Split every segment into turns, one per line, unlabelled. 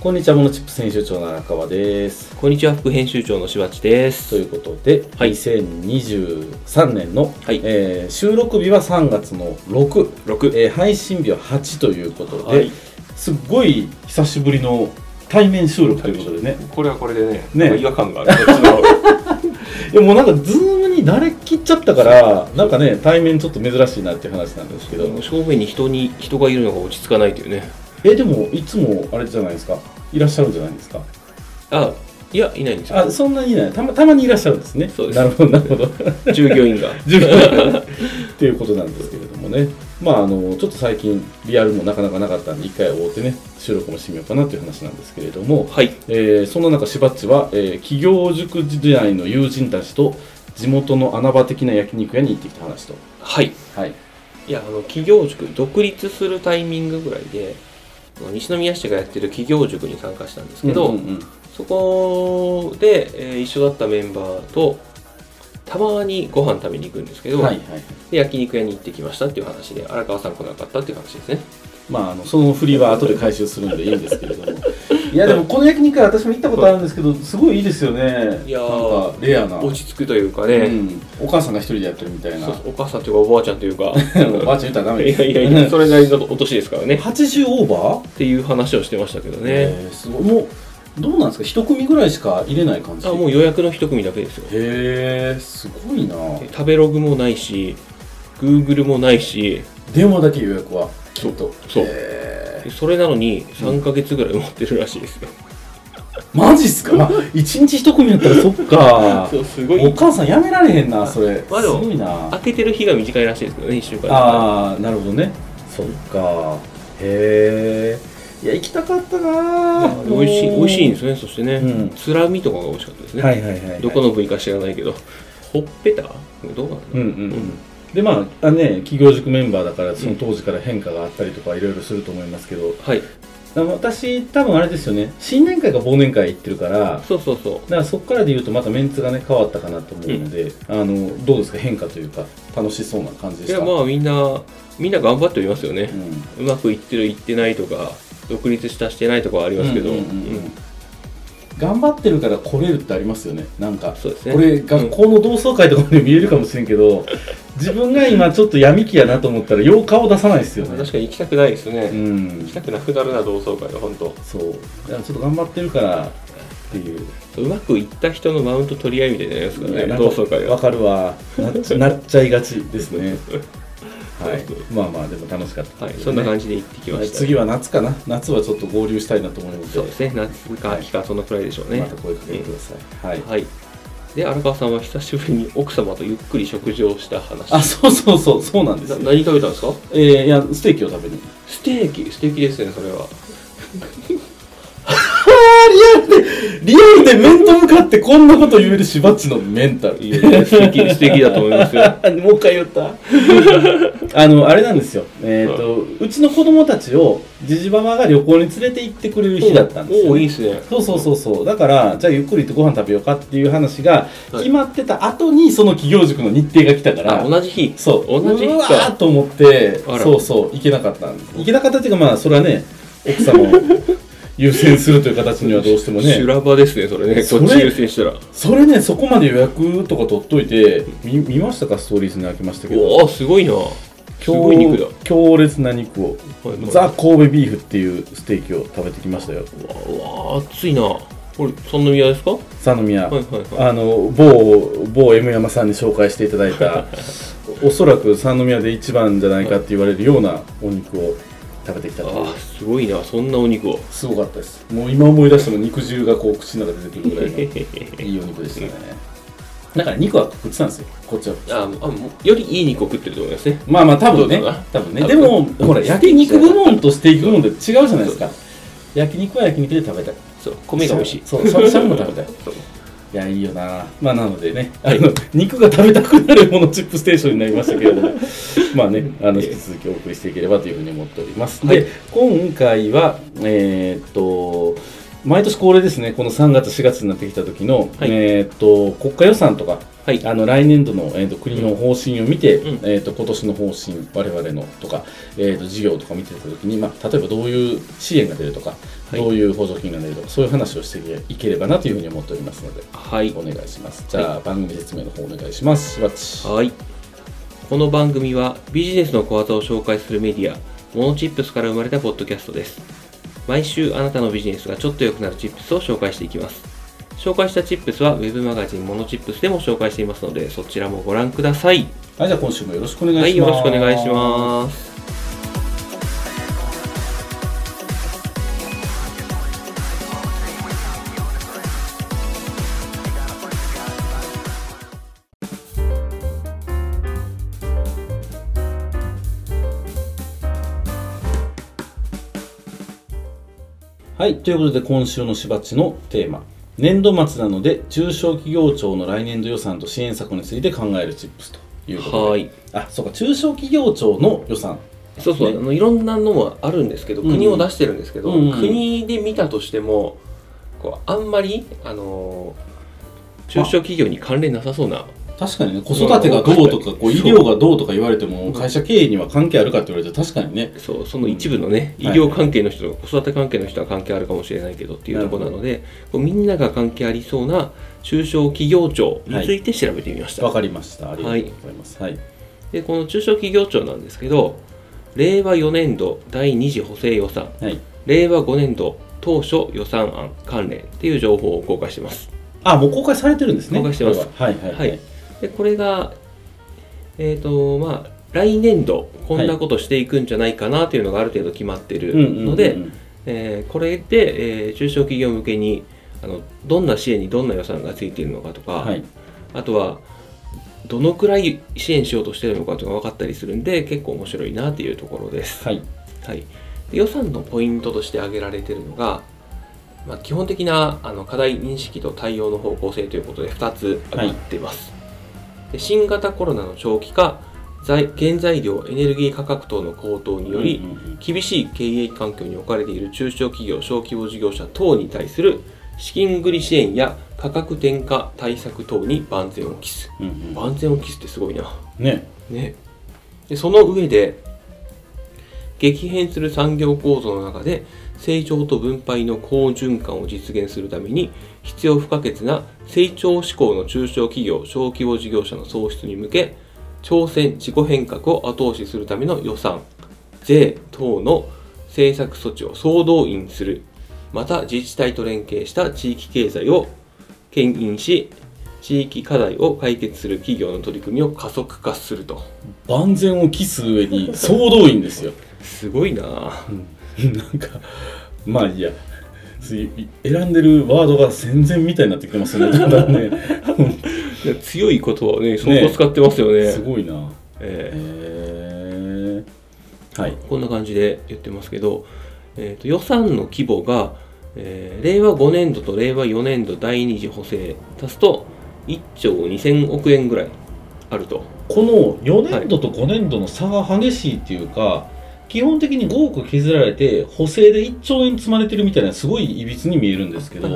こんにちは、モノチップ編集長の荒川です。
こんにちは、副編集長のしばちです。
ということで、
はい
2023年の、
はい
えー収録日は3月の6、
6、
えー配信日は8ということで、
はい
すっごい久しぶりの対面収録ということでね、
これはこれでね、
ね
なんか違和感がある。こっちの方が
いやもうなんか、ズームに慣れきっちゃったから、なんかね、対面ちょっと珍しいなっていう話なんですけど、
正面に人に人がいるのが落ち着かないというね。
え、でも、いつもあれじゃないですか、いらっしゃるんじゃないですか。
あ、いや、いないんです
あ
よ。
そんなにいないたま、たまにいらっしゃるんですね。
そうです
なるほど、なるほど。
従 業員が。
自分っていうことなんですけれどもね、まあ、あのちょっと最近、リアルもなかなかなかったんで、一回終わってね、収録もしてみようかなという話なんですけれども、
はい。
えーそんな中、しばっちは、えー企業塾時代の友人たちと、地元の穴場的な焼肉屋に行ってきた話と。
はい。
はい、
いや、あの、企業塾、独立するタイミングぐらいで、あの西宮市がやってる企業塾に参加したんですけど、
うんうんうん
そこで、えー一緒だったメンバーと、たまにご飯食べに行くんですけど、
はいはい
で焼肉屋に行ってきましたっていう話で、荒川さん来なかったっていう話ですね。
まあ、あのその振りは後で回収するんでいいんですけれども いやでもこの焼肉屋私も行ったことあるんですけどすごいいいですよね
いやー
なんかレアな、
落ち着くというかね、
うん、お母さんが一人でやってるみたいな
そうそうお母さんというかおばあちゃんというか
おばあちゃん言ったらダメ
い
です
やいやいや それなりのお年ですからね
80オーバー
っていう話をしてましたけどね、
えーすごいもうどうなんですか一組ぐらいしか入れない感じ
あもう予約の一組だけですよ
へえすごいな
食べログもないし Google もないし
電話だけ予約はきっと
そう
へー
それなのに3ヶ月ぐらい持ってるらしいですよ、
マジっ すか一日一組やったらそっか
そうすご
お
い
母さんやめられへんなそれす
まあでも
ごいな
開けてる日が短いらしいですけどね1週間あ
ああなるほどねそっかへえいや行きたかったなー
美味しい美味しいんですねそしてね、
うん
つらみとかが美味しかったですね、
はいはいはいはい
どこの部位か知らないけどほっぺたどうなんだろ
うんうんうんでまああね、企業塾メンバーだからその当時から変化があったりとかいろいろすると思いますけど
はい
あの私多分あれですよね新年会か忘年会行ってるからだか
そうそうそう
らそこからで言うとまたメンツがね変わったかなと思うので、あのどうですか変化というか楽しそうな感じで
い
し
や
た
まあみんなみんな頑張っておりますよね
う、ん
うまくいってるいってないとか独立したしてないとかはありますけど、
うんうんうんうん
うん
頑張ってるから来れるってありますよねなんか
そうですね
これ学校の同窓会とかで見えるかもしれんけど自分が今ちょっと闇期やなと思ったらよう顔出さないですよ
うん
ね
確かに行きたくないですね、
う
行
ん
きたくなくなるな同窓会は本当
そうだからちょっと頑張ってるからっていう
うまくいった人のマウント取り合いみたいになりますか
いやな
らね
んか
同窓会
わ
は
かるわなっ ちなっちゃいがちですねは
そう
いまあまあでも楽しかった
はい
ですね
そんな感じで行ってきました、
次は夏かな夏はちょっと合流したいなと思うので
そうですね夏か秋かそのくらいでしょうね、
また声かけてください、はい
はいで荒川さんは久しぶりに奥様とゆっくり食事をした話
あそうそうそうそうなんです
な
よ
何食べたんですか
えー、いやステーキを食べに
ステーキステーキですねそれは
リアルで面と向かってこんなこと言えるしばっちのメンタル
いや素敵素敵だと思いま すよ
もう一回言ったあのあれなんですよ、えーとうちの子供たちをじじばばが旅行に連れて行ってくれる日だったんです
お
よ、
おいいですね
そうそうそうそうだからじゃあゆっくりとご飯食べようかっていう話が
はい
決まってた後にその企業塾の日程が来たから、
あ同じ日
そう
同じ日
う
か
わーと思って
あら
そうそう行けなかったんです行けなかったっていうかまあそれはね奥様 を優先するという形にはどうしてもね
修羅場ですねそれね
そ
こ
れ
っち優先したら
それねそこまで予約とか取っといて見見ましたかストーリーズに開きましたけど
おおすごいなす
強
ごい肉だ
強烈な肉を、
はいはい
ザ・神戸ビーフっていうステーキを食べてきましたよ
うわうわ熱いなこれ三宮ですかは
佐宮、
いはいはい
あの某某 M 山さんに紹介していただいた おそらく三宮で一番じゃないかって言われるようなお肉を食べてきたという
あすごいなそんなお肉を
すごかったですもう今思い出しても肉汁がこう口の中で出てくるぐらい のいいお肉でしたねだから肉は食ってたんですよこっちは
ああもうよりいい肉を食ってると思いますね
まあまあ多分ね
そうだな
多分ね
多
で
分
もほら焼肉部門とステーキ部門で違うじゃないですか焼肉は焼肉で食べたい
そう米が美味しい
そうしゃぶしゃぶも食べたい
そう
いやいいよなまあなのでね、
はい
あの肉が食べたくなるものチップステーションになりましたけれどもまあねあの引き続きお送りしていければというふうに思っております、
はい
で今回はえーっと毎年恒例ですねこの3月4月になってきた時の、
はい
えーっと国家予算とか
はい
あの来年度の、えー、と国の方針を見て、
うん
えー、と今年の方針、我々のとか、えー、と事業とか見てたときに、まあ、例えばどういう支援が出るとか、
はい
どういう補助金が出るとか、そういう話をしていければなというふうに思っておりますので、
はい
お願いします。じゃあ、番組説明の方お願いします。しばっち
はい。この番組はビジネスの小技を紹介するメディア、モノチップスから生まれたポッドキャストです。毎週あなたのビジネスがちょっと良くなるチップスを紹介していきます。紹介したチップスはウェブマガジンモノチップスでも紹介していますので、そちらもご覧ください。
はい、じゃあ今週もよろしくお願いします。
はい、よろしくお願いします。
はい、ということで今週のしばっちのテーマ年度末なので中小企業庁の来年度予算と支援策について考えるチップスということで
はい。
あそうか中小企業庁の予算
そうそう、
ね
あのいろんなのもあるんですけど、国を出してるんですけど、
うんうん
国で見たとしても、こうあんまり、あのー中小企業に関連なさそうな
確かにね子育てがどうとか
うん
こう
そう
医療がどうとか言われても
ん
会社経営には関係あるかって言われて確かにね
そうその一部のね、
うん
医療関係の人とか子育て関係の人は関係あるかもしれないけどっていうところなのでこうみんなが関係ありそうな中小企業庁について調べてみました、
わかりましたありがとうございますはい、
でこの中小企業庁なんですけど令和4年度第2次補正予算
はい、
令和5年度当初予算案関連っていう情報を公開してます
あもう公開されてるんですね
公開してます
これははいはいはい、
はいでこれがえっ、とまあ来年度こんなことしていくんじゃないかなというのがある程度決まってる
うんうんうんうん
ので、えーこれで、えー中小企業向けにあのどんな支援にどんな予算がついているのかとか、
はい、
あとはどのくらい支援しようとしているのかとか分かったりするんで結構面白いなというところです、
はい、
はい、で予算のポイントとして挙げられているのが、まあ、基本的なあの課題認識と対応の方向性ということで2つ挙がっています、で新型コロナの長期化材原材料エネルギー価格等の高騰により、
うんうんうん
厳しい経営環境に置かれている中小企業小規模事業者等に対する資金繰り支援や価格転嫁対策等に万全を期す
うん
万全を期すってすごいな
うん、ね
ねでその上で激変する産業構造の中で成長と分配の好循環を実現するために必要不可欠な成長志向の中小企業小規模事業者の創出に向け挑戦自己変革を後押しするための予算税等の政策措置を総動員するまた自治体と連携した地域経済を牽引し地域課題を解決する企業の取り組みを加速化すると
万全を期す上に総動員ですよ
すごいなあ
なんかまあいいやつい選んでるワードが戦前みたいになってきてますねだんだんね
強いことはね相当使ってますよね
すごいなへ
え
えはい
えこんな感じで言ってますけど、えーと予算の規模が、えー令和5年度と令和4年度第2次補正足すと1兆2000億円ぐらいあると
この4年度と5年度の差が激しいっていうか、基本的に5億削られて補正で1兆円積まれてるみたいなすごいいびつに見えるんですけど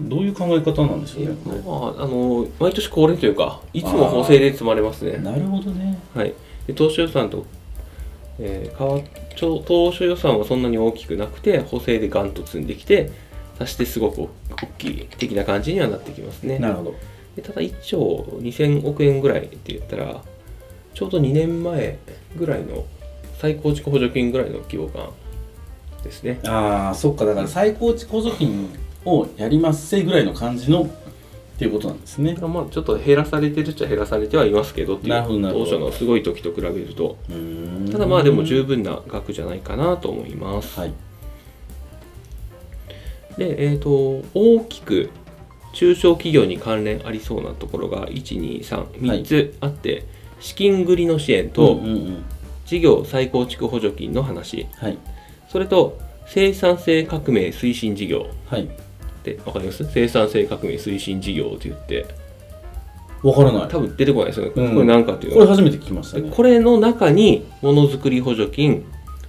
どういう考え方なんでしょうねこ
まあ、あの毎年恒例というかいつも補正で積まれます
れ
ね
なるほどね
はい、で当初予算と、えー変わ超当初予算はそんなに大きくなくて補正でガンと積んできて足してすごく大きい的な感じにはなってきますね
なるほど
でただ1兆2000億円ぐらいって言ったらちょうど2年前ぐらいの再構築補助金ぐらいの規模感ですね
ああそっかだから最高値補助金をやりますせぐらいの感じのっていうことなんですね
だからまあちょっと減らされてるっちゃ減らされてはいますけどってい
なるほど
う
なるほ
当
ど
初のすごい時と比べると
うーん
ただまあでも十分な額じゃないかなと思います
はい
で、えー、と大きく中小企業に関連ありそうなところが1233つあって、資金繰りの支援
うん
と
うんうん
事業再構築補助金の話
はい
それと生産性革命推進事業
はい
ってわかります生産性革命推進事業って言って
わからない
多分出てこないですよね、
うん
これ何かっていう
これ
のは
初めて聞きましたね
これの中にものづくり補助金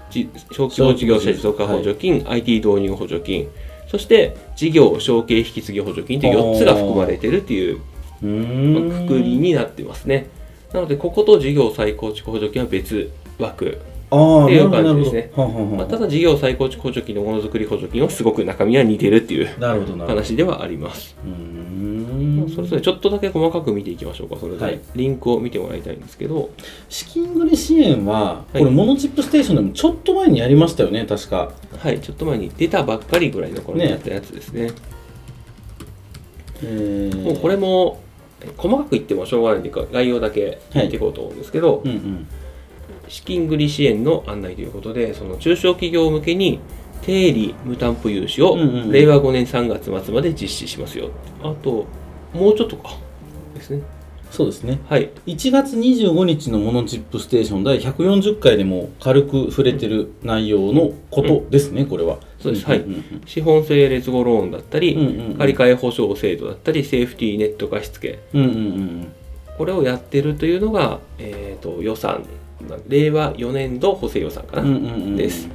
じ小規模事業者持続化補助金、IT 導入補助金そして事業承継引き継ぎ補助金って4つが含まれてるっていう
うーん
くくりになってますね。なので、ここと事業再構築補助金は別枠。
ああ
っていう感じですね
なるほど
まあ、
な
た
るほどはあはあは
だ、事業再構築補助金のものづくり補助金はすごく中身は似てるっていう
あなるほどなるほど
話ではあります。
うーん
それぞれちょっとだけ細かく見ていきましょうか。それぞれ、
はい
リンクを見てもらいたいんですけど、
資金繰り支援は、これ
はい
モノチップステーションでもちょっと前にやりましたよね確か
はい、ちょっと前に出たばっかりぐらいの頃にやったやつですね。
えー
もうこれもえ細かく言ってもしょうがないんで概要だけ言っていこうと思うんですけど、
うんうん
資金繰り支援の案内ということでその中小企業向けに定理無担保融資を
うんうんうん
令和5年3月末まで実施しますよ、あともうちょっとかですね
そうですね
はい
1月25日の「モノチップステーション」第140回でも軽く触れてる内容のことですね、これは。
そうです
んん
資本性劣後ローンだったり、
うんうんうん
借り換え保証制度だったりセーフティーネット貸付
うんうんうんうん
これをやってるというのが、えー、と予算令和4年度補正予算かな、
うんうんうん
です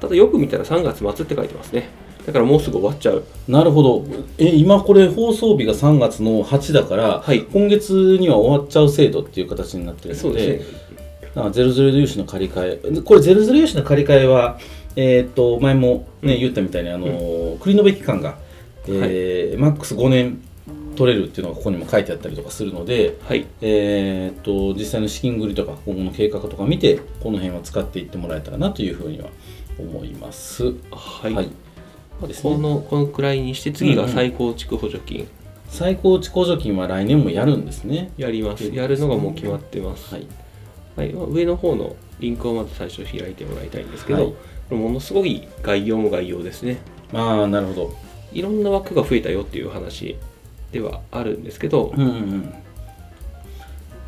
ただよく見たら3月末って書いてますねだからもうすぐ終わっちゃう
なるほどえ今これ放送日が3月の8だから、
はい
今月には終わっちゃう制度っていう形になってるので
ね
あゼロゼロ融資の借り換えでこれゼロゼロ融資の借り換えは、えーっと前も、ね
うん
言ったみたいにあのー、繰り延べ期間が、えーマックス5年取れるっていうのがここにも書いてあったりとかするので、
はい
えーっと実際の資金繰りとか今後の計画とか見てこの辺は使っていってもらえたらなというふうには思います。
はい、
はい
まあ
ですね
このこのくらいにして次が再構築補助金
最高値補助金は来年もやるんですね。
やります、
うん
やるのがもう決まってます、
はい、
はいまあ上の方のリンクをまず最初開いてもらいたいんですけど、
はい
これものすごい概要も概要ですね
まあなるほど。
いろんな枠が増えたよっていう話ではあるんですけど、
うんうん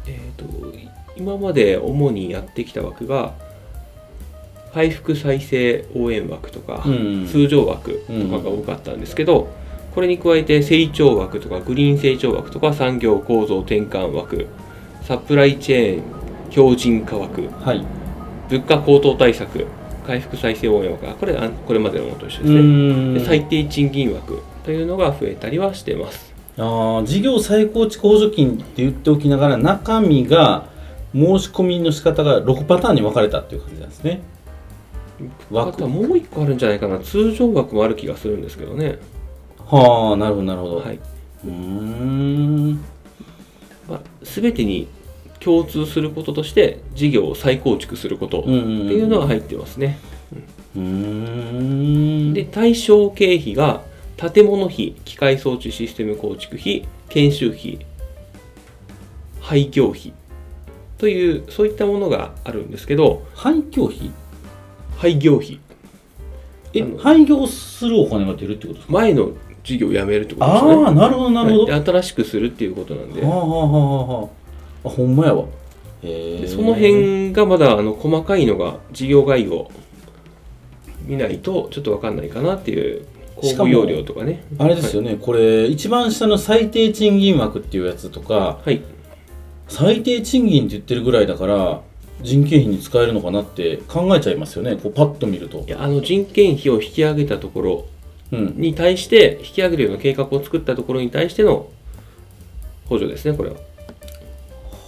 えー、と今まで主にやってきた枠が回復再生応援枠とか、
うんうん
通常枠とかが多かったんですけど、これに加えて成長枠とかグリーン成長枠とか産業構造転換枠サプライチェーン強靭化枠
うん。はい。
物価高騰対策回復再生応援枠これあこれまでのものと一緒ですね、
ん
で最低賃金枠というのが増えたりはしてます
あー事業再構築補助金って言っておきながら中身が申し込みの仕方が6パターンに分かれたっていう感じなんですね。
あ
枠
とはもう一個あるんじゃないかな通常枠もある気がするんですけどね
はあなるほどなるほど。
はい、
うーん
まあ、全てに共通することとして事業を再構築することって
ん
いうのは入ってますね、
うーん
で対象経費が建物費機械装置システム構築費研修費廃業費というそういったものがあるんですけど
廃業費
廃業費
え
あの
廃業するお金が出るってことですか
前の事業をやめるってことですね
ああなるほどなるほど。
はいで新しくするっていうことなんで
はあはあはあはああほんまやわ。へ
で
え
その辺がまだあの細かいのが事業概要見ないとちょっと分かんないかなっていう公
しか
募
も
要領とかね
あれですよね、これ一番下の最低賃金枠っていうやつとか
はい
最低賃金って言ってるぐらいだから人件費に使えるのかなって考えちゃいますよねこうパッと見ると
いやあの人件費を引き上げたところ
うん
に対して引き上げるような計画を作ったところに対しての補助ですねこれは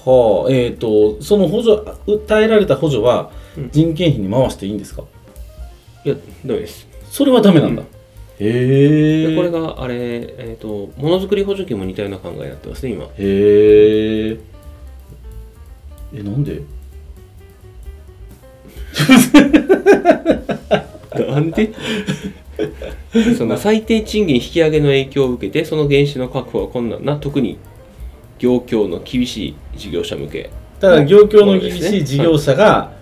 はあえっ、とその補助訴えられた補助は
うん
人件費に回していいんですか
いやダメです
それはダメなんだ、
うん
へ
で
え
これがあれえっ、とものづくり補助金も似たような考えになってますね今
へええなんで
なんで その最低賃金引き上げの影響を受けてその原資の確保は困難な特に業況の厳しい事業者向け
ただ業況の厳しい事業者が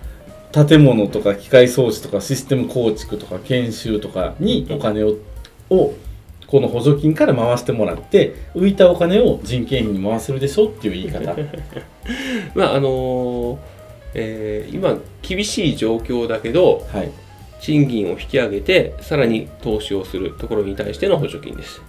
建物とか機械装置とかシステム構築とか研修とかにお金ををこの補助金から回してもらって浮いたお金を人件費に回せるでしょっていう言い 方
まああのーえー今厳しい状況だけど
はい
賃金を引き上げてさらに投資をするところに対しての補助金です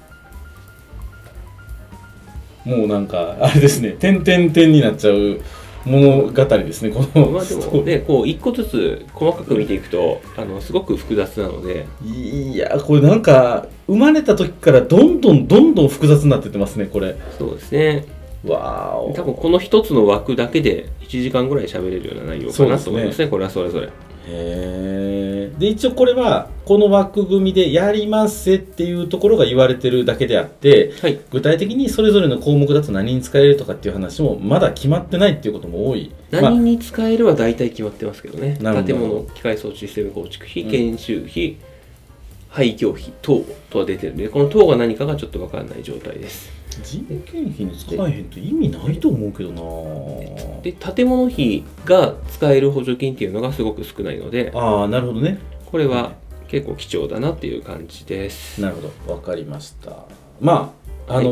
もうなんかあれですね点々点になっちゃう物語ですねこ
ま
の
あで
スト
も
ーリ
ねこう一個ずつ細かく見ていくとあのすごく複雑なので
ーいやこれなんか生まれた時からどんどんどんどん複雑になってってますねこれ
そうですね
わーお
多分この一つの枠だけで1時間ぐらい喋れるような内容かなと思い
そう
ま
ですす
ねこれはそれぞれ
へえで一応これはこの枠組みでやりますっていうところが言われてるだけであって
はい
具体的にそれぞれの項目だと何に使えるとかっていう話もまだ決まってないっていうことも多い、まあ
何に使えるは大体決まってますけどね、
なるほど
建物機械装置システム構築費
うん
研修費、廃業費等とは出てるんでこの等が何かがちょっと分かんない状態です
人件費に使えへんと意味ないと思うけどな
で建物費が使える補助金っていうのがすごく少ないので
ああなるほどね
これは結構貴重だなっていう感じです
なるほどわかりましたまああのー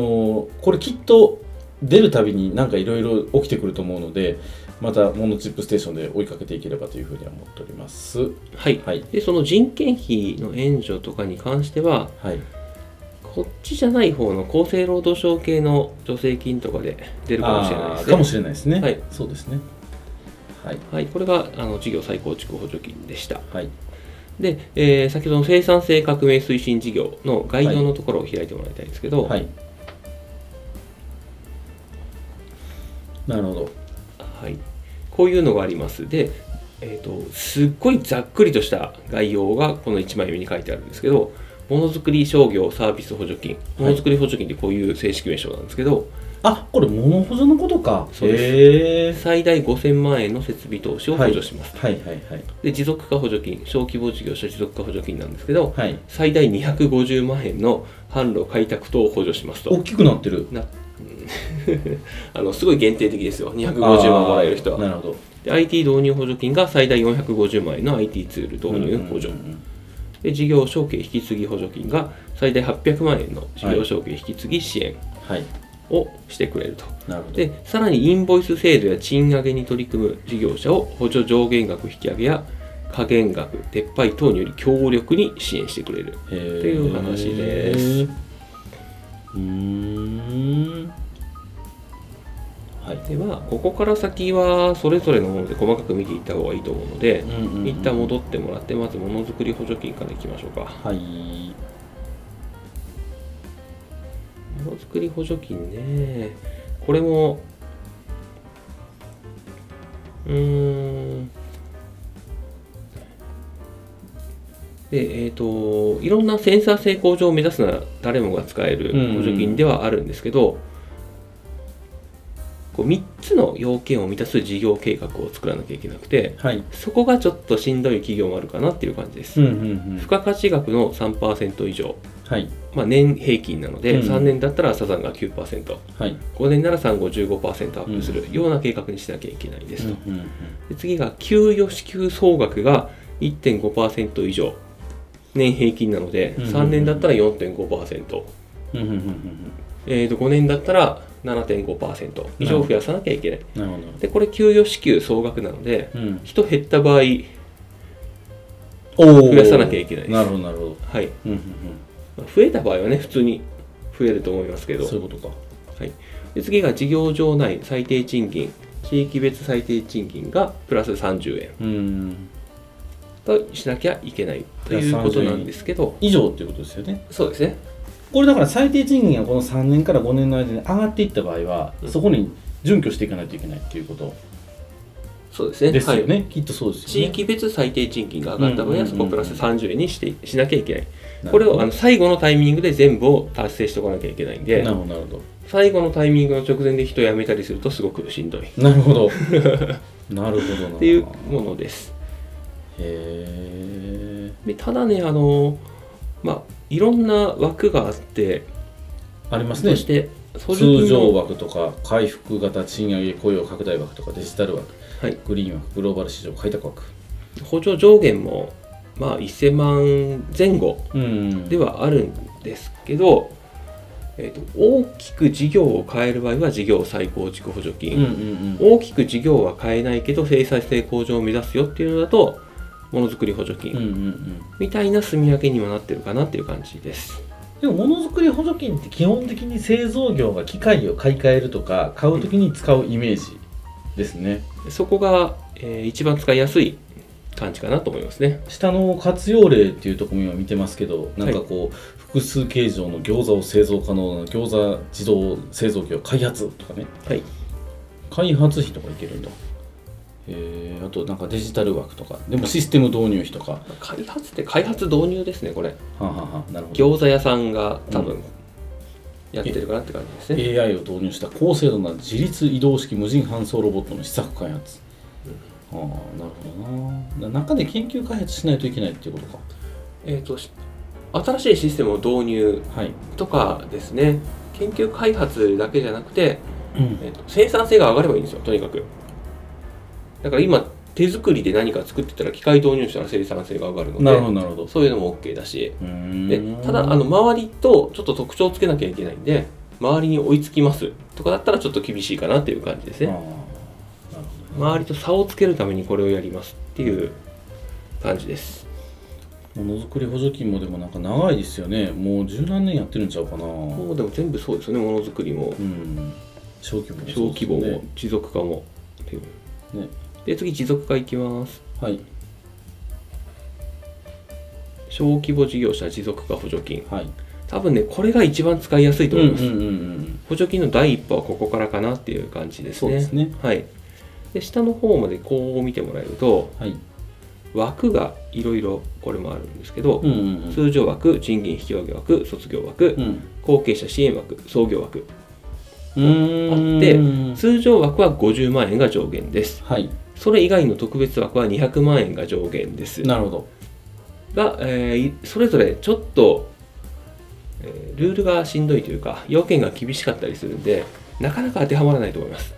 これきっと出るたびになんかいろいろ起きてくると思うのでまたモノチップステーションで追いかけていければというふうには思っております
はい
はい
でその人件費の援助とかに関しては
はい
こっちじゃない方の厚生労働省系の助成金とかで出るかもしれないで
あ
す
ー
ね
かもしれないですね。
はい
そうですね。はい。
はい、これがあの事業再構築補助金でした。
はい。
で、えー先ほどの生産性革命推進事業の概要のところを開いてもらいたいんですけど、
は
はい、
い。なるほど。
こういうのがあります。で、えーと、すっごいざっくりとした概要がこの1枚目に書いてあるんですけど、ものづくり商業サービス補助金、ものづくり補助金ってこういう正式名称なんですけど、
あ、これ物補助のことか。
そうです
へー
最大5000万円の設備投資を補助します。
はいはいはい。
で、持続化補助金、小規模事業者持続化補助金なんですけど、
はい。
最大250万円の販路開拓等を補助しますと。
大きくなってる。
な あのすごい限定的ですよ250万もらえる人
あーな
は
るほ
で IT 導入補助金が最大450万円の IT ツール
ど。
導入補助
うんうんうん
で事業承継引き継ぎ補助金が最大800万円の事業承継引き継ぎ支援
はい。
をしてくれると
なるほど。
でさらにインボイス制度や賃上げに取り組む事業者を補助上限額引き上げや下限額撤廃等により強力に支援してくれる
って
っていう話です
うーん。はい。
ではここから先はそれぞれのもので細かく見ていった方がいいと思うので、
うんうんうん
一旦戻ってもらってまずものづくり補助金からいきましょうか
はい。
ものづくり補助金ねこれもうーんでえー、といろんなセンサー性向上を目指すなら誰もが使える補助金ではあるんですけど、こう3つの要件を満たす事業計画を作らなきゃいけなくて
はい。
そこがちょっとしんどい企業もあるかなっていう感じです
うんうんうん
付。加価値額の3%以上、
はい。
まあ、年平均なので、
うん
3年だったらサザンが 9%5
はい。
年なら産後15%アップするような計画にしなきゃいけないですと、
うんうんうん
で次が給与支給総額が1.5%以上年平均なので、
うん
3年だったら4.5%、
うんうんうんうん
えー、と5年だったら7.5%以上増やさなきゃいけない、
うん。なるほど。
でこれ給与支給総額なので
うん、
人減った場合
増
増やさなきゃいけないです
なるほどなるほど、
はい
うんうん
増えた場合はね普通に増えると思いますけ
う
ど
ん、そういうことか
はい、で次が事業場内最低賃金地域別最低賃金がプラス30円
うん
としなきゃいけないということなんですけど
以上っていうことですよね
そうですね
これだから最低賃金がこの3年から5年の間に上がっていった場合は、
うん
そこに準拠していかないといけないっていうこと
そうですね
ですよね、
はい
きっとそうです
地
よね
域別最低賃金が上がった場合は
うんうんうんうん
そこプラス30円にしてしなきゃいけない
なるほど
これをあの最後のタイミングで全部を達成しておかなきゃいけないんで
なるほどなるほど
最後のタイミングの直前で人を辞めたりするとすごくしんどいっ
なるほど なるほどな
てい
へ
うものです
え
でただねあのまあいろんな枠があって
あります
そ
ね
して補助金の
通常枠とか回復型賃上げ雇用拡大枠とかデジタル枠
はい、
グリーン枠グローバル市場開拓枠
補助上限も、まあ、1000万前後
うん
ではあるんですけど、えー、と大きく事業を変える場合は事業再構築補助
う
金、
んうんうん
大きく事業は変えないけど生産性向上を目指すよっていうのだとものづくり補助金、
うんうんうん
みたいな住み分けにもなってるかなっていう感じです。
でもものづくり補助金って基本的に製造業が機械を買い替えるとか買うときに使うイメージですね。
そこが、えー一番使いやすい感じかなと思いますね。
下の活用例っていうところも今見てますけどなんかこう、複数形状の餃子を製造可能な餃子自動製造機を開発とかね
はい、
開発費とかいけるんだえーあとなんかデジタル枠とかでもシステム導入費とかは
開発って開発導入ですねこれ
あはあはあなるほど
餃子屋さんが多
う
分やってるかなって感じですね。
AI を導入した高精度な自立移動式無人搬送ロボットの試作開発、ああなるほどなな中で研究開発しないといけないっていうことか
えー、とし新しいシステムを導入
はい、
とかですね研究開発だけじゃなくて、
うん
えーと生産性が上がればいいんですよとにかくだから今手作りで何か作ってたら機械導入したら生産性が上がるので
なるほどなるほど
そういうのも OK だし
う
で
ーん
ただあの周りとちょっと特徴をつけなきゃいけないんで周りに追いつきますとかだったらちょっと厳しいかなっていう感じですね
あーなるほどね
周りと差をつけるためにこれをやりますっていう感じです
ものづくり補助金もでもなんか長いですよねもう十何年やってるんちゃうかな
もうでも全部そうですよねものづくりも
うん小規模もそ
小
うです
規
よ
模
ね
も持続化もっていう
ね
で次持続化いきます
はい
小規模事業者持続化補助金
はい
多分ねこれが一番使いやすいと
うんうん
思います、
うんうん
補助金の第一歩はここからかなっていう感じですね
そうですね
はいで下の方までこう見てもらえると
はい
枠がいろいろこれもあるんですけど、
うんうんうん
通常枠賃金引き上げ枠卒業枠、
うん
後継者支援枠創業枠
うーん
あ通常枠は50万円が上限です
はい
それ以外の特別枠は200万円が上限です
なるほど
が、えーいそれぞれちょっと、えールールがしんどいというか要件が厳しかったりするんでなかなか当てはまらないと思います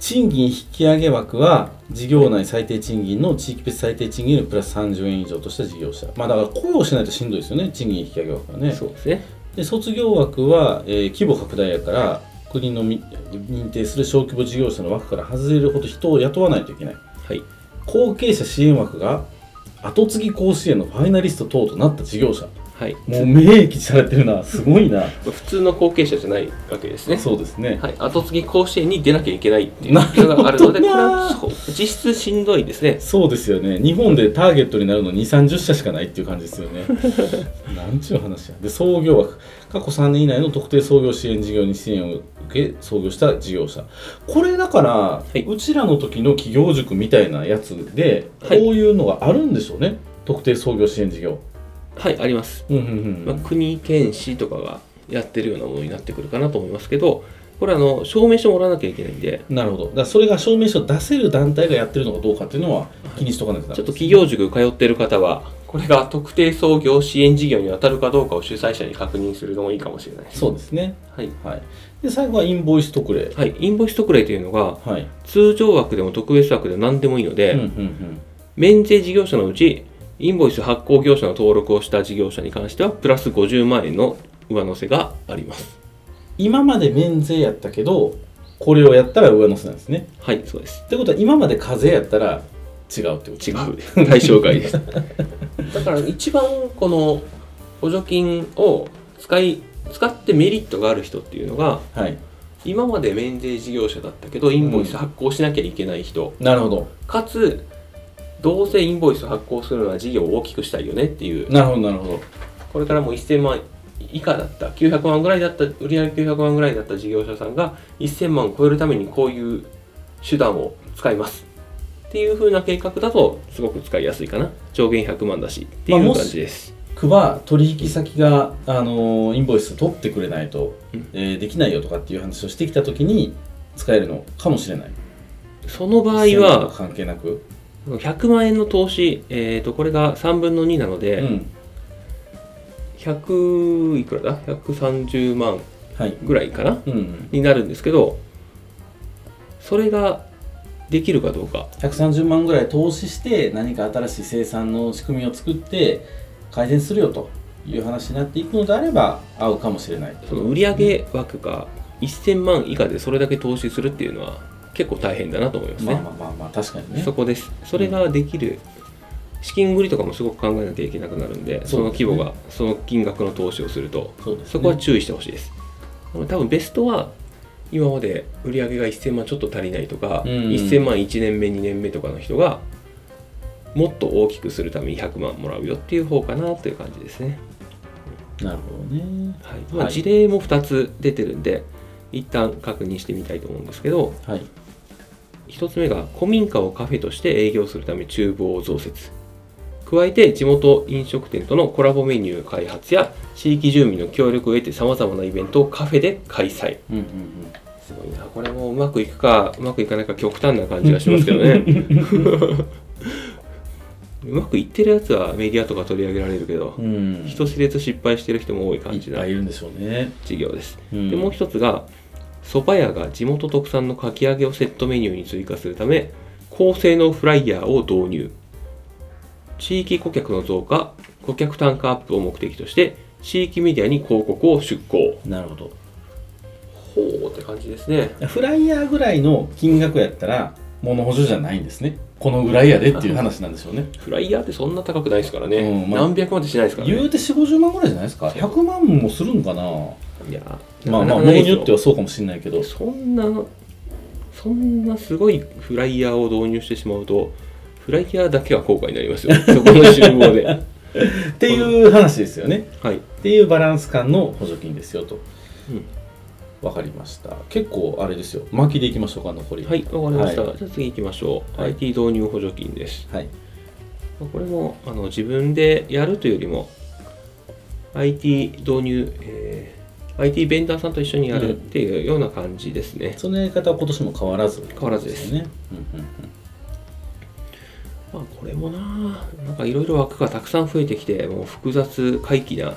賃金引き上げ枠は事業内最低賃金の地域別最低賃金のプラス30円以上とした事業者まあだから雇用しないとしんどいですよね賃金引き上げ枠はね
そうですね
で卒業枠は、えー規模拡大やから国のみ認定する小規模事業者の枠から外れるほど人を雇わないといけない
はい
後継者支援枠が後継ぎ甲子園のファイナリスト等となった事業者
はい
もう明記されてるなすごいな
普通の後継者じゃないわけですね
そうですね
はい、後継ぎ甲子園に出なきゃいけないっていう
なるほど
のがあるので、こ
な
れはそう実質しんどいですね。
そうですよね日本でターゲットになるの2 3 0社しかないっていう感じですよね なんちゅう話やで創業枠過去3年以内の特定創業支援事業に支援を受け創業した事業者これだから、
いう
ちらの時の企業塾みたいなやつで、
はい
こういうのがあるんでしょうね特定創業支援事業
はい、あります。
うんうんう
まあ
ん、
国、県、市とかがやってるようなものになってくるかなと思いますけど、これあの、証明書もらわなきゃいけないんで、
なるほどだからそれが証明書を出せる団体がやってるのかどうかっていうのは気にしとかなきゃダメ
ちょっと
です
企業塾通ってる方は、これが特定創業支援事業に当たるかどうかを主催者に確認するのもいいかもしれないです。
そうですね
はい。
はいで最後はインボイス特例
はい、インボイス特例というのが、
はい、
通常枠でも特別枠でも何でもいいので、
うんうんうん
免税事業者のうちインボイス発行業者の登録をした事業者に関してはプラス50万円の上乗せがあります
今まで免税やったけどこれをやったら上乗せなんですね
はいそうです
ってことは今まで課税やったら違うってこと
違う対象外ですだから一番この補助金を使い使ってメリットがある人っていうのが
はい
今まで免税事業者だったけどインボイス発行しなきゃいけない人、
なるほど
かつどうせインボイス発行するのは事業を大きくしたいよねっていう
なるほどなるほど
これからもう1000万以下だった900万ぐらいだった売上900万ぐらいだった事業者さんが1000万を超えるためにこういう手段を使いますっていう風な計画だとすごく使いやすいかな上限100万だしってい
まあ
う
もし
感じです、
区は取引先が、あのーインボイス取ってくれないと、
うん
えーできないよとかっていう話をしてきた時に使えるのかもしれない
その場合
1000万
は
関係なく、
100万円の投資、えー、とこれが3分の2なの
う
で、
ん
100いくらだ130万
はい
ぐらいかな
うんうん、
になるんですけどそれができるかどうか
130万ぐらい投資して何か新しい生産の仕組みを作って改善するよという話になっていくのであれば合うかもしれない
その売上枠が1000万以下でそれだけ投資するっていうのは結構大変だなと思いますね。
まあまあまあまあ確かにね
そこです。それができる資金繰りとかもすごく考えなきゃいけなくなるんで、その規模が、その金額の投資をすると、
そうですね
そこは注意してほしいです。多分ベストは今まで売上が1000万ちょっと足りないとか、
うん
1000万1年目2年目とかの人がもっと大きくするために100万もらうよっていう方かなという感じですね。
なるほどね
はいまあ、
はい
事例も2つ出てるんで一旦確認してみたいと思うんですけど
はい
1つ目が古民家をカフェとして営業するため厨房を増設加えて地元飲食店とのコラボメニュー開発や地域住民の協力を得てさまざまなイベントをカフェで開催
うんうんうん
すごいなこれもうまくいくかうまくいかないか極端な感じがしますけど ねうまくいってるやつはメディアとか取り上げられるけど
うん、
人知れず失敗してる人も多い感
い
じ
っ
な
ぱいいるんでしょうね。
事業です
うん
でもう一つが蕎麦屋が地元特産のかき揚げをセットメニューに追加するため高性能フライヤーを導入地域顧客の増加顧客単価アップを目的として地域メディアに広告を出稿
なるほど。
ほうって感じですね
フライヤーぐらいの金額やったら、物補助じゃないんですね。このぐらいやでっていう話なんでしょうね。
フライヤーってそんな高くないですからね、
うんまあ
何百万ってしないですからね
言うて4、50万ぐらいじゃないですか。100万もするんかな。
いや
まあまあ、
なかなか
物
ないで
に
すよ
よってはそうかもしれないけど。
そんなそんなすごいフライヤーを導入してしまうとフライヤーだけは高価になります よそこの集合では
っていう話ですよね。
い
っていうバランス感の補助金ですよと。
うん
わかりました。結構あれですよ。巻きでいきましょうか、残り。
はい、わかりました。
は
じゃあ次行きましょう。
はい
IT 導入補助金です。
はい。
まあこれもあの自分でやるというよりも、IT 導入、えー IT ベンダーさんと一緒にやるっていうような感じですね。
そのやり方は今年も変わらず、
変わらずです
ね。うんうんうん
まあ、これもなあ、なんかいろいろ枠がたくさん増えてきて、もう複雑怪奇な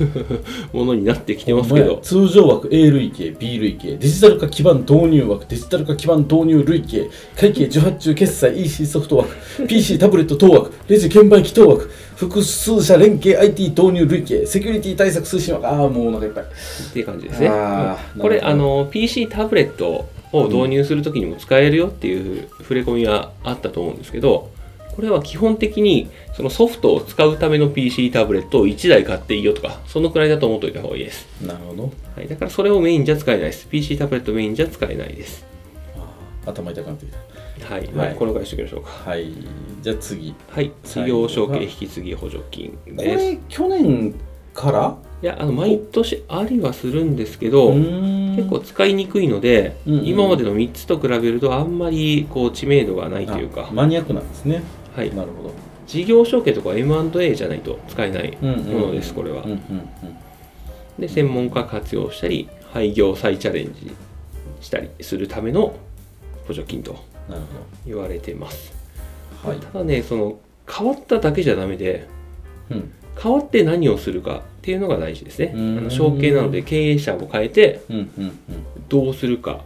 ものになってきてますけ
まあ
ど、
通常枠 A 類型 B 類型デジタル化基盤導入枠デジタル化基盤導入類型会計受発注決済 EC ソフト 枠 PC タブレット等枠レジ券売機等枠複数社連携 IT 導入類型セキュリティ対策推進枠ああもうお腹いっぱい
っていう感じですね。
あー
これ、
な
あ
るほ
の、PC タブレットを導入するときにも使えるよっていう触れ込みはあったと思うんですけど、これは基本的にそのソフトを使うための PC タブレットを1台買っていいよとか、そのくらいだと思っておいた方がいいです。
なるほど
はい、だからそれをメインじゃ使えないです。PC タブレットメインじゃ使えないです。
頭痛くなってきた
はい、まあ
はい
このぐらいにしておきましょうか。
はいじゃあ次
はい、事業承継引き継ぎ補助金
こ
です。
れ去年から
いや、あの、毎年ありはするんですけど、
結
結構使いにくいので、
うんうん
今までの3つと比べるとあんまりこう知名度がないというか、
マニアックなんですね
はい、
なるほど
事業承継とか M&A じゃないと使えない
うんうん
ものです、これは
うん。うんうん
で、専門家活用したり、廃業再チャレンジしたりするための補助金と
なる
言われてます。
ほどはい
ただね、その変わっただけじゃダメで、
うん
変わって何をするかっていうのが大事ですね。あ
うん
の承継なので経営者を変えて、
うんうんうん
どうするか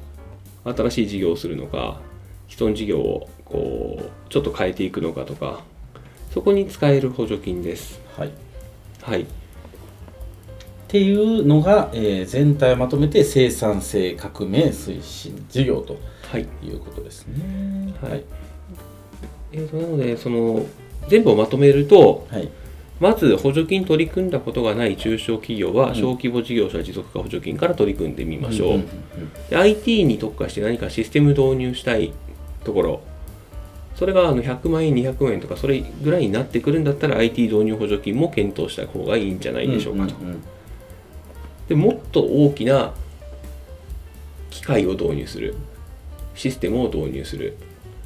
新しい事業をするのか既存事業をこうちょっと変えていくのかとかそこに使える補助金です
はい、っ
はい
ていうのが、えー全体をまとめて生産性革命推進事業と
はい
いうことですね。
はいえーとなのでその全部をまとめると
はい、
まず補助金取り組んだことがない中小企業
うん
は小規模事業者持続化補助金から取り組んでみましょう、
んんん
で IT に特化して何かシステム導入したいところそれがあの100万円200万円とかそれぐらいになってくるんだったら IT 導入補助金も検討した方がいいんじゃないでしょうかと、
んんん
でもっと大きな機械を導入するシステムを導入する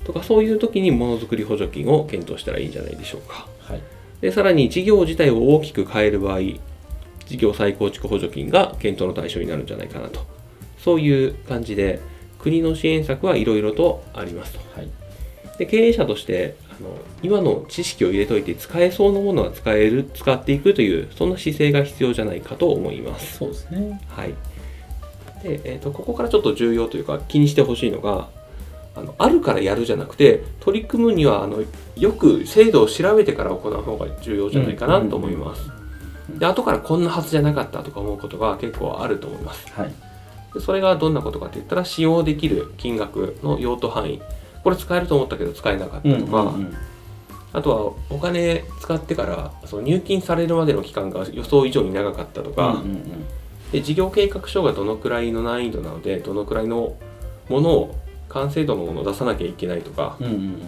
とかそういう時にものづくり補助金を検討したらいいんじゃないでしょうか
はい、
でさらに事業自体を大きく変える場合事業再構築補助金が検討の対象になるんじゃないかなとそういう感じで国の支援策はいろいろとありますと
はい、
で経営者としてあの今の知識を入れといて使えそうなものは使える使っていくというそんな姿勢が必要じゃないかと思います
そうですね。
はいで、えー、とここからちょっと重要というか気にしてほしいのがあのあるからやるじゃなくて取り組むにはあのよく制度を調べてから行う方が重要じゃないかなと思います、で後からこんなはずじゃなかったとか思うことが結構あると思います
はい、
でそれがどんなことかって言ったら使用できる金額の用途範囲これ使えると思ったけど使えなかったとか、
うん
あとはお金使ってからその入金されるまでの期間が予想以上に長かったとか、
うんうん
で事業計画書がどのくらいの難易度なのでどのくらいのものを完成度のものを出さなきゃいけないとか
うんうんうんうん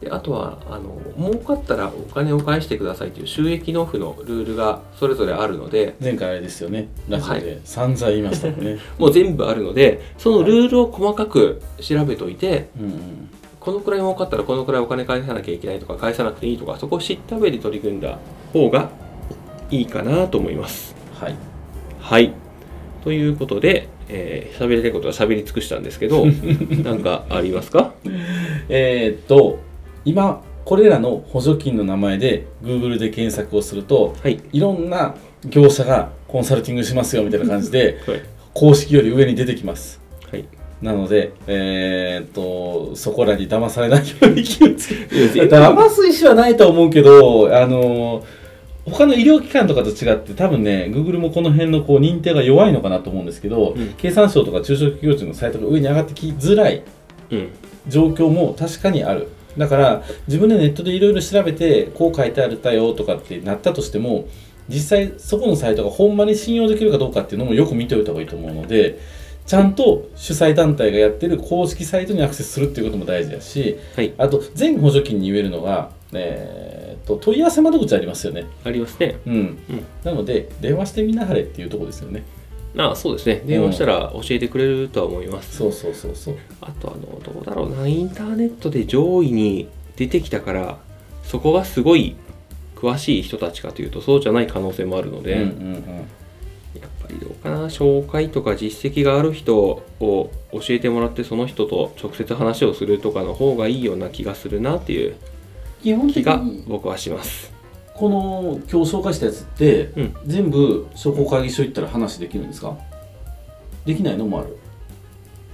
であとはあの儲かったらお金を返してくださいという収益納付のルールがそれぞれあるので
前回あれですよねラジオで散々言いましたもんね、
もう全部あるのでそのルールを細かく調べといて
うんうん
このくらい儲かったらこのくらいお金返さなきゃいけないとか返さなくていいとかそこを知った上で取り組んだ方がいいかなと思います。
はい
はいということで、えー、喋りたいことは喋り尽くしたんです けどなんかありますか
えーっと今これらの補助金の名前で Google で検索をすると
はい。
いろんな業者がコンサルティングしますよみたいな感じ で
はい
公式より上に出てきます
はい、
なので、えーっとそこらに騙されないように気をつけて
全部
騙す意思はないと思うけどあの他の医療機関とかと違って多分ね Google もこの辺のこう認定が弱いのかなと思うんですけど、
うん
経産省とか中小企業庁のサイトが上に上がってきづらい
うん
状況も確かにあるだから自分でネットでいろいろ調べてこう書いてあるだよとかってなったとしても実際そこのサイトがほんまに信用できるかどうかっていうのもよく見ておいた方がいいと思うのでちゃんと主催団体がやってる公式サイトにアクセスするっていうことも大事だし
はい
あと全補助金に言えるのが、えーっと問い合わせ窓口ありますよね、
ありますね。
うんなので電話してみなはれっていうところですよね
あそうですね。電話したら教えてくれるとは思います。
そうそうそうそう
あとあのどうだろうなインターネットで上位に出てきたからそこがすごい詳しい人たちかというとそうじゃない可能性もあるので、
うん
やっぱりどうかな紹介とか実績がある人を教えてもらってその人と直接話をするとかの方がいいような気がするなっていう
基本
気が僕はします。
この今日紹介したやつって、
うん
全部商工会議所行ったら話できるんですかできないのもある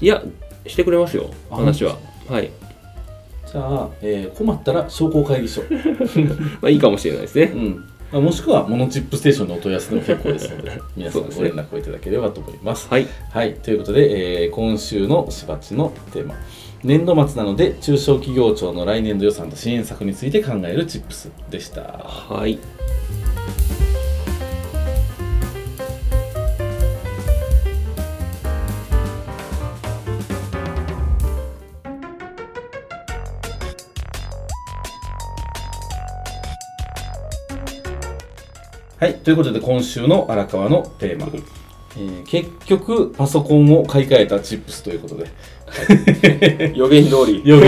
いやしてくれますよ
あ
話は。はい、
じゃあ、えー困ったら商工会議 所、う
まあ、いいかもしれないですね。
んまあ、もしくはモノチップステーションのお問い合わせでも結構ですの で皆さん
そう
ご
ですね
連絡をいただければと思います
はい、
はいということで、えー今週のしばちのテーマ年度末なので中小企業庁の来年度予算と支援策について考えるチップスでした
はい
はい、ということで今週の荒川のテーマ、えー結局パソコンを買い替えたチップスということで
予言通 り。
より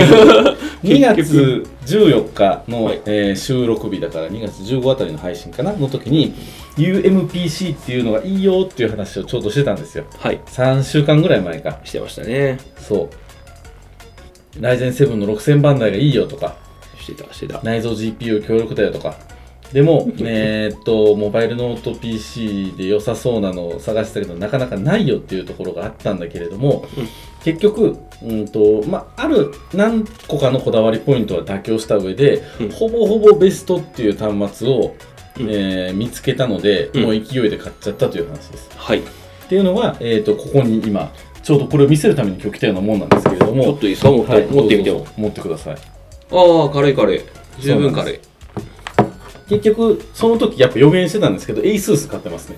2月14日の、
はい
えー収録日だから2月15あたりの配信かなの時に UMPC っていうのがいいよっていう話をちょうどしてたんですよ
はい
3週間ぐらい前か
してましたね。
そうライゼン7の6000番台がいいよとか
してたしてた。
内蔵 GPU 強力だよとかで もえーっとモバイルノート PC で良さそうなのを探してたけどなかなかないよっていうところがあったんだけれども、
うん
結局、うんとまあ、ある何個かのこだわりポイントは妥協した上で、
うん
ほぼほぼベストっていう端末を、
うん
えー見つけたので、
うん
もう勢いで買っちゃったという話です。
はい。
っていうのが、えーっとここに今ちょうどこれを見せるために今日来たようなもんなんですけれど
ちょっ
も
といいですか持って,、
はい
持ってみて
どう
も
ぞ。持ってください。
ああ、軽い軽い。十分軽い。
結局その時やっぱ予言してたんですけど ASUS 買ってます ね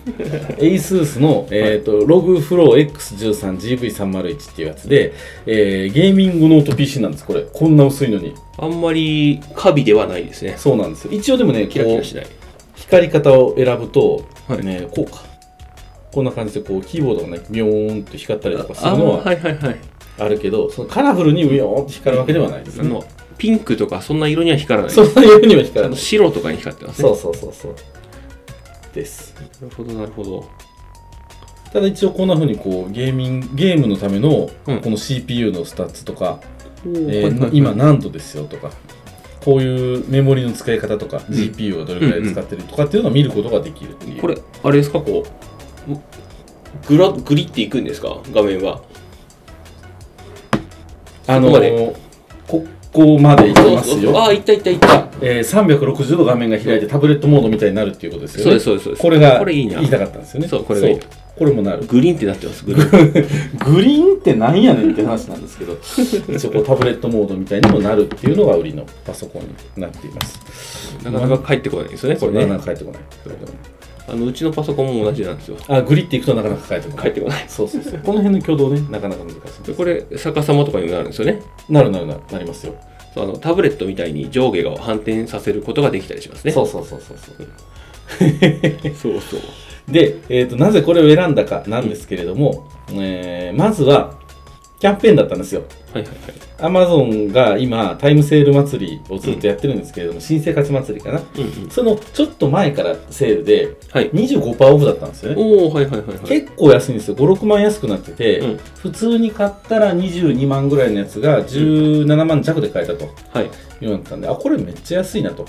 ASUS の、えー、とログフロー X13GV301 っていうやつで、えーゲーミングノート PC なんですこれこんな薄いのに
あんまりカビではないですね。
そうなんですよ一応でもねこう
キラキラしない。
光り方を選ぶと、
はい
ね、こうかこんな感じでこうキーボードがねビヨーンと光ったりとかす
あ
る
あ
の
は
はい
はいはい。
あるけど、そのカラフルにビヨーンと光るわけではないです
あ
ね
の、ピンクとかそんな色には光らない。
そんなようには光
あ
らな
の
い
白とかに光ってますね。
そうそうそうそうです
なるほどなるほど。
ただ一応こんな風にこうゲーミングゲームのためのこ
うん
の CPU のスタッツとか、
お
えー今何度ですよとかこういうメモリの使い方とか、GPU がどれくらい使ってるとかっていうのを見ることができるっていう
これ、あれですか、こう、ぐらグリっていくんですか、画面は。
あの
そこまで
ーここまでいきますよ
ああ、いったいったいった。
えー360度画面が開いてタブレットモードみたいになるっていうことですよね
そうです、そうです。そうです
これが
これいいな
言いたかったんですよね
そうこれがいいな
これもなる
グリーンってなってます、グリーン。
グリーンってなんやねんって話なんですけど 一応こうタブレットモードみたいにもなるっていうのが売りのパソコンになっています
なかなか返ってこないですよね、こ
これ
れ
なかな
ね。
か返ってこない。
あのうちのパソコンも同じなんですよ。
あ、グリっていくとなかなか返ってこな
返っ
い。
てこない。
そうそう そう。この辺の挙動ね、なかなか難しい
で
です。
これ逆さまとかにもなるんですよね
なるなるなる、なりますよ。
そうあのタブレットみたいに上下が反転させることができたりしますね。
そううそうそうそうそう
そうそう。
で、えー、となぜこれを選んだかなんですけれども、えーまずはキャンペーンだったんですよ
はいはいは
ア
い。
マゾンが今タイムセール祭りをずっとやってるんですけれども、新生活祭りかな
うんうん、
そのちょっと前からセールで
はい。
25%オフだったんですよね
おおはいはいはいはい。
結構安いんですよ56万安くなってて、
うん
普通に買ったら22万ぐらいのやつが17万弱で買えたと
はいはい
いうようになったんであこれめっちゃ安いなと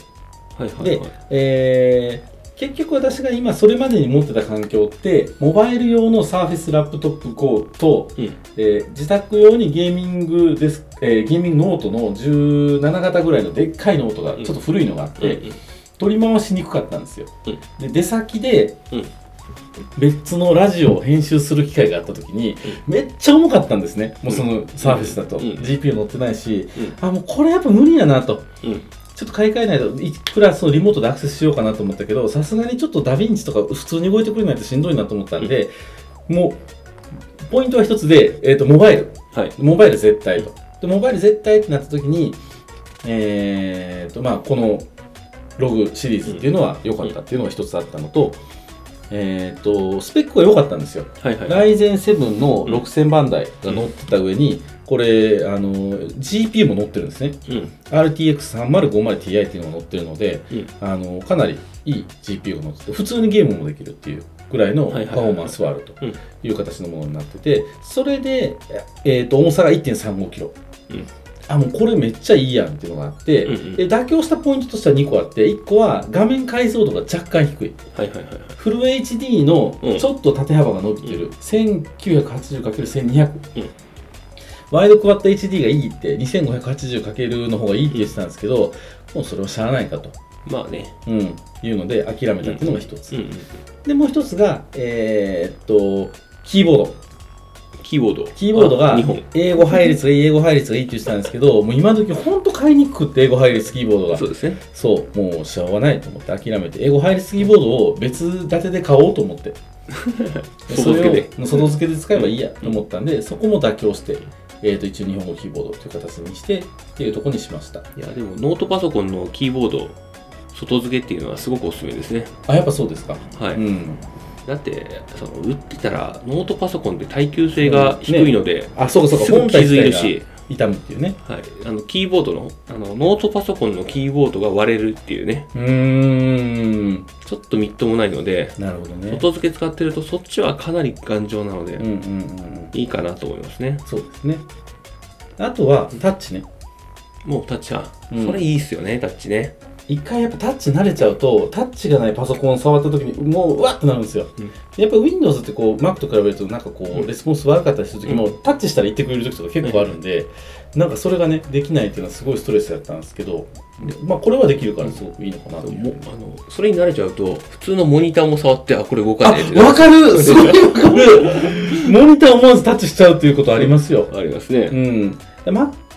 はい
で
はい。、
えー結局私が今それまでに持ってた環境ってモバイル用の Surface ラップトップ GO と、
うん
えー自宅用にゲーミングです、えーゲーミングノートの17型ぐらいのでっかいノートが
う
ち
ん
ょっと古いのがあって、
うんうん
取り回しにくかったんですよ、
うん
で出先で
うん
別のラジオを編集する機会があった時に、めっちゃ重かったんですねもうその Surface だと、
うん
GPU 乗ってないし、あもうこれやっぱ無理だなと。
うん
ちょっと買い替えないと、いくらそのリモートでアクセスしようかなと思ったけど、さすがにちょっとダヴィンチとか普通に動いてくれないとしんどいなと思ったんで、もう、ポイントは一つで、えっ、と、モバイル。
はい。
モバイル絶対と。で、モバイル絶対ってなった時に、えっ、と、まあ、このログシリーズっていうのは良かったっていうのが一つあったのと、えっ、と、スペックが良かったんですよ。
はいはいはい。
ライゼン7の6000番台が乗ってた上に、これ、あの、GPU も乗ってるんですね。
うん。
RTX3050Ti っていうのが載ってるので、
うん
あのかなりいい GPU が載ってて普通にゲームもできるっていうぐらいの
はいはい
パ
はい
フォーマンスはあると
うん
いう形のものになっててそれで、えー、と重さが 1.35kg、
うん
あもうこれめっちゃいいやんっていうのがあって、
うんうん
で妥協したポイントとしては2個あって1個は画面解像度が若干低い
はいはいはいはい。
フル HD の
うん
ちょっと縦幅が伸びてる、1980×1200、
うん
ワイドクワッド HD がいいって 2580× の方がいいって言ってたんですけど、もうそれはしゃあないかと、
まあね。
うん、いうので諦めたっていうのが一つ、
うんうん。
でもう一つがえーっとキーボード
キーボード。
キーボード
あ
が
日本。
英語配列がいい英語配列がいいって言ってたんですけどもう今時ほんと買いにくくって英語配列キーボードが
そうですね。
そうもうしょうがないと思って諦めて英語配列キーボードを別立てで買おうと思って
外付けで
それを外付けで使えばいいやと思ったんで、そこも妥協して、えー、と一応日本語キーボードという形にしてっていうところにしました
いや、でもノートパソコンのキーボード、外付けっていうのはすごくおすすめですね。
あやっぱそうですか、
はい。
うん
だって、その売ってたら、ノートパソコンって耐久性が低いので、
あそうかそうか
すぐ
本
傷
体
いる
自体が
し、
痛むっていうね
はい、あのキーボードのあの、ノートパソコンのキーボードが割れるっていうね、
うーん
ちょっとみっともないので、
なるほどね
外付け使ってると、そっちはかなり頑丈なので、
うんうんうんうん
いいかなと思いますね。
そうですねあとはタッチね
もうタッチは、
うん
それいいっすよね、タッチね。
一回やっぱタッチ慣れちゃうとタッチがないパソコンを触った時にもううわってなるんですよ、
うん
やっぱ Windows ってこう Mac と比べるとなんかこ
う
うんレスポンス悪かったりする時も、
う
タッチしたら言ってくれる時とか結構あるんで、なんかそれがねできないっていうのはすごいストレスだったんですけどでまあこれはできるからすごくいいのかなと思
も
う
あのそれに慣れちゃうと、普通のモニターも触って、あ、これ動か
あ
ないって
わかるすごいわ かるモニター思わずタッチしちゃうっていうことありますよ
ありますね。
うん、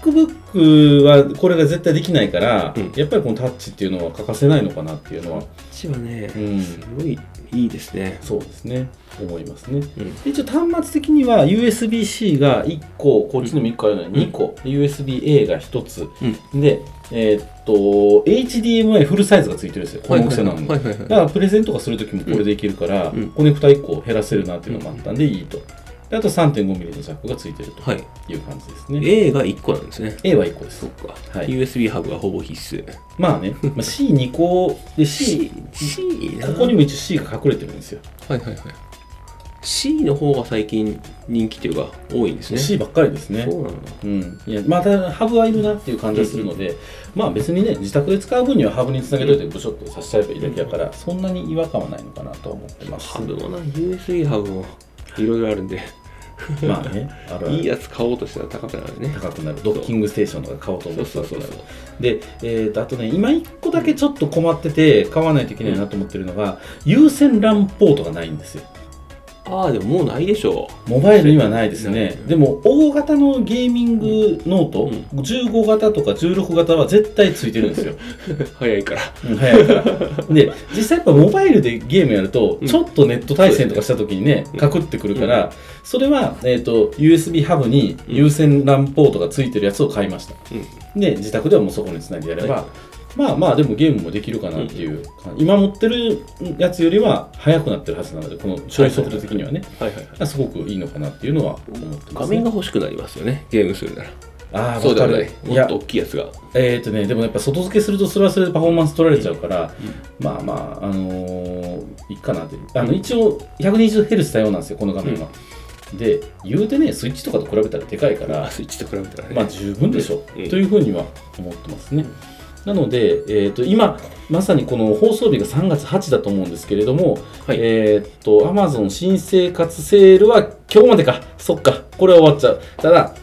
MacBook はこれが絶対できないから、
うん
やっぱりこのタッチっていうのは欠かせないのかなっていうのは、
タッチはね、
うん
すごいいいですね。
そうですね思いますね
うん
一応端末的には USB-C が1個こっちにも1個あるのに2個、USB-A が1つ、でえーっと HDMI フルサイズがついてるんですよこの大きさなのに、
はいはいはい
だからプレゼントがするときもこれでいけるから、
うん
コネクタ1個減らせるなっていうのもあったんでいいとであと 3.5mm のジャックがついてる
はい。はい。
という感じですね
A が1個なんですね。
A は1個です
そっか。
はい
USB ハブがほぼ必須。
まあね、まあ、C2 個で C
C、C な
ここにも一応 C が隠れてるんですよ、
はいはいはい。C の方が最近人気というか多いんですね。
C ばっかりですね
そうなんだ。
うん、いやまたハブはいるなっていう感じがするので、まあ別にね自宅で使う分にはハブにつなげといてブショッとさせちゃえばいいだけだから、そんなに違和感はないのかなとは思ってます
ハブもな、USB ハブもいろいろあるんで、
まあねあるある
いいやつ買おうとしたら高くなるね。
高くなるドッキングステーションとか買おうと
そ
思
う
ってた
そ
ら
うそうそう。
で、えーとあとね今1個だけちょっと困ってて買わないといけないなと思ってるのが有線 LAN ポートがないんですよ
ああでももうないでしょ
モバイルにはないですね
うん
でも大型のゲーミングノート、
うん
15型とか16型は絶対ついてるんですよ
う早いから
うん早いからで実際やっぱモバイルでゲームやると
うん
ちょっとネット対戦とかした時にね
うん
カクってくるからそれは、えー、と USB ハブに有線 LAN ポートがついてるやつを買いました
う
で自宅ではもうそこにつなぎやれば、
はい
まあまあでもゲームもできるかなっていう、今持ってるやつよりは速くなってるはずなのでこの消費速度的にはね、
んはいはいはい
すごくいいのかなっていうのは思ってま
画
す、ね、
面が欲しくなりますよねゲームするなら
ああ
そ
分
うで
か
はな
る
い
い
もっ
や
と大きいやつが
えっ、とねでもやっぱ外付けするとそれはそれでパフォーマンス取られちゃうから、
う
まあまああのーいいかなっていうあの、
うん
一応 120Hz 対応なんですよこの画面は、で言うてねスイッチとかと比べたらでかいから
あスイッチと比べたら ね、
まあ十分でしょ、
うん
というふうには思ってますね。なので、えー、と今まさにこの放送日が3月8だと思うんですけれども、
はい
えっ、と Amazon 新生活セールは今日までかそっかこれは終わっちゃうただ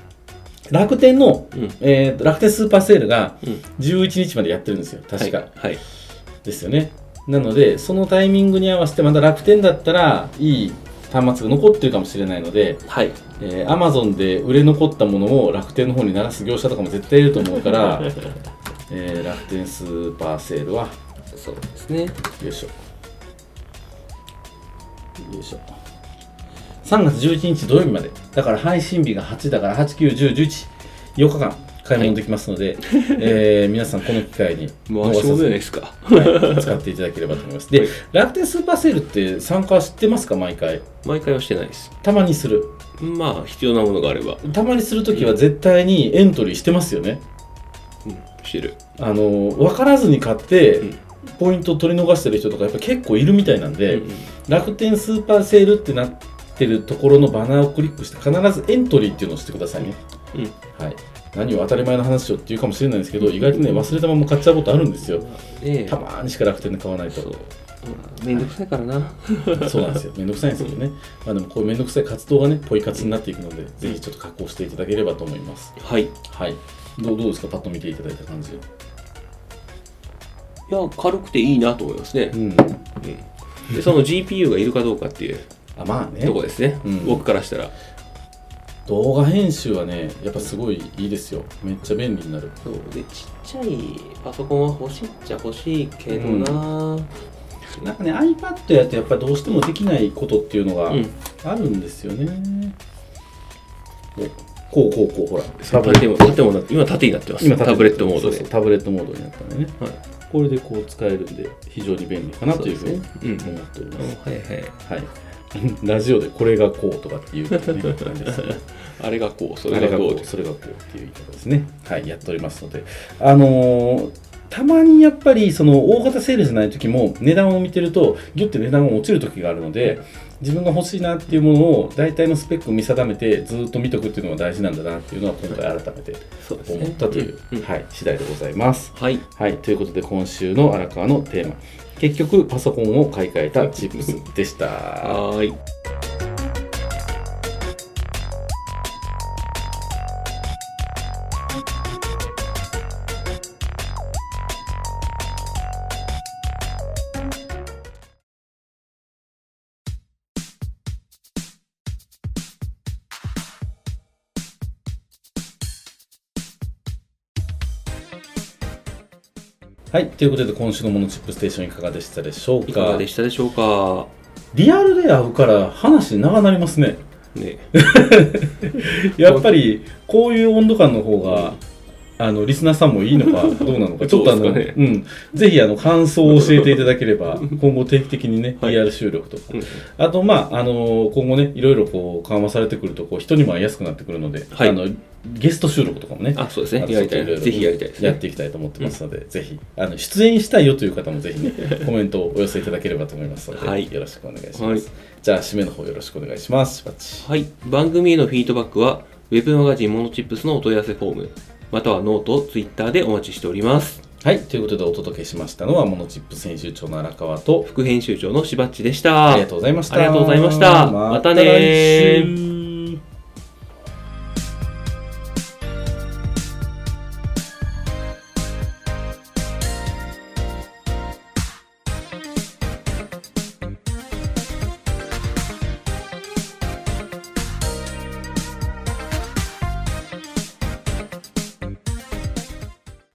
楽天の、
うん
えーと楽天スーパーセールが
うん
11日までやってるんですよ確か、
はい、はい
ですよねなのでそのタイミングに合わせてまた楽天だったらいい端末が残ってるかもしれないので、
はい、
えー、Amazon で売れ残ったものを楽天の方に流す業者とかも絶対いると思う から、えー楽天スーパーセールは
そうですね
よいしょよいしょ3月11日土曜日までだから配信日が8だから8910114日間買い物できますので、えー皆さんこの機会に
も
逃
う足
さ
も
ず
じゃない
に
ですか
はい使っていただければと思いますで、
はい
楽天スーパーセールって参加してますか毎回
毎回はしてないです
たまにする
まあ必要なものがあれば、
たまにするときは絶対にエントリーしてますよね、
うん、してる
あの分からずに買って、
うん
ポイントを取り逃してる人とかやっぱ結構いるみたいなんで、
うんうん
楽天スーパーセールってなってるところのバナーをクリックして必ずエントリーっていうのをしてくださいね、
うん
はい、何を当たり前の話をっていうかもしれないんですけど意外とね忘れたまま買っちゃうことあるんですよ
ねえ
たまーにしか楽天で買わないと
そうめんどくさいからな
そうなんですよ。めんどくさいんですけどね。まあでもこういうめんどくさい活動がね、ポイ活になっていくので、ぜひちょっと加工していただければと思います。
はいい
はい。どうどうですかパッと見ていただいた感じ。
や軽くていいなと思いますね
う、ん。
うん、でその GPU がいるかどうかっていう
あ、まあね
と。こですね、
うん
僕からしたら
動画編集はね、やっぱすごいいいですよ。めっちゃ便利になる。
そうでちっちゃいパソコンは欲しいっちゃ欲しいけどな、
なんかね、iPad やとやっぱりどうしてもできないことっていうのが
うん
あるんですよね。おこうこうこう、ほら。タブレッ
縦も縦もな今縦になってま
ト
すタブレットモードで
そうそうタブレットモードになったんでね。
はい
これでこう使えるんで、非常に便利かなというふうに
そうですね
思っており
う
ま
ん
す。
はいはい
はい。ラジオでこれがこうとかっていう、ね、感じ ですね。
あれがこうそ
あ
れ
れが
がこ
こ
う
う、それがこうっていう言い方ですね。はい、やっておりますので。あのーたまにやっぱりその大型セールじゃない時も値段を見てるとギュッて値段が落ちる時があるので自分が欲しいなっていうものを大体のスペックを見定めてずっと見とくっていうのが大事なんだなっていうのは今回改めて
そうです
思
ね
ったという、
うんうん
はい、次第でございます。
はい
はい、ということで今週の荒川のテーマ結局パソコンを買い替えたチップスでした。
はーい
はい、ということで今週の「モノチップステーション」いかがでしたでしょう
いかが
か
でしたでしょうか
リアルで会うから話長なりますね
ね
やっぱりこういう温度感の方が、あのリスナーさんもいいの かどうなのかちょっとあの
そうですか
うん、ぜひあの感想を教えていただけれ ば今後定期的にね
はい
リアル収録とか、
うん
あとまああの今後ねいろいろこう緩和されてくるとこう人にも会いやすくなってくるので、
はい
あのゲスト収録とかもね
あそうです
あ
ね
と
やりたい
ちょっとろろ
ぜひやりたいです
やっ
ね
ていきたいと思ってますので、ぜひあの出演したいよという方もぜひ ねコメントをお寄せいただければと思いますので、
はい
よろしくお願いします、
はい
じゃあ締めの方よろしくお願いしますパッチ
はい番組へのフィードバックはウェブマガジンモノチップスのお問い合わせフォームまたはノートツイッターでお待ちしております
はいということでお届けしましたのはモノチップ編集長の荒川と
副編集長のしばっちでした
ありがとうございました
ありがとうございましたまたねー
来週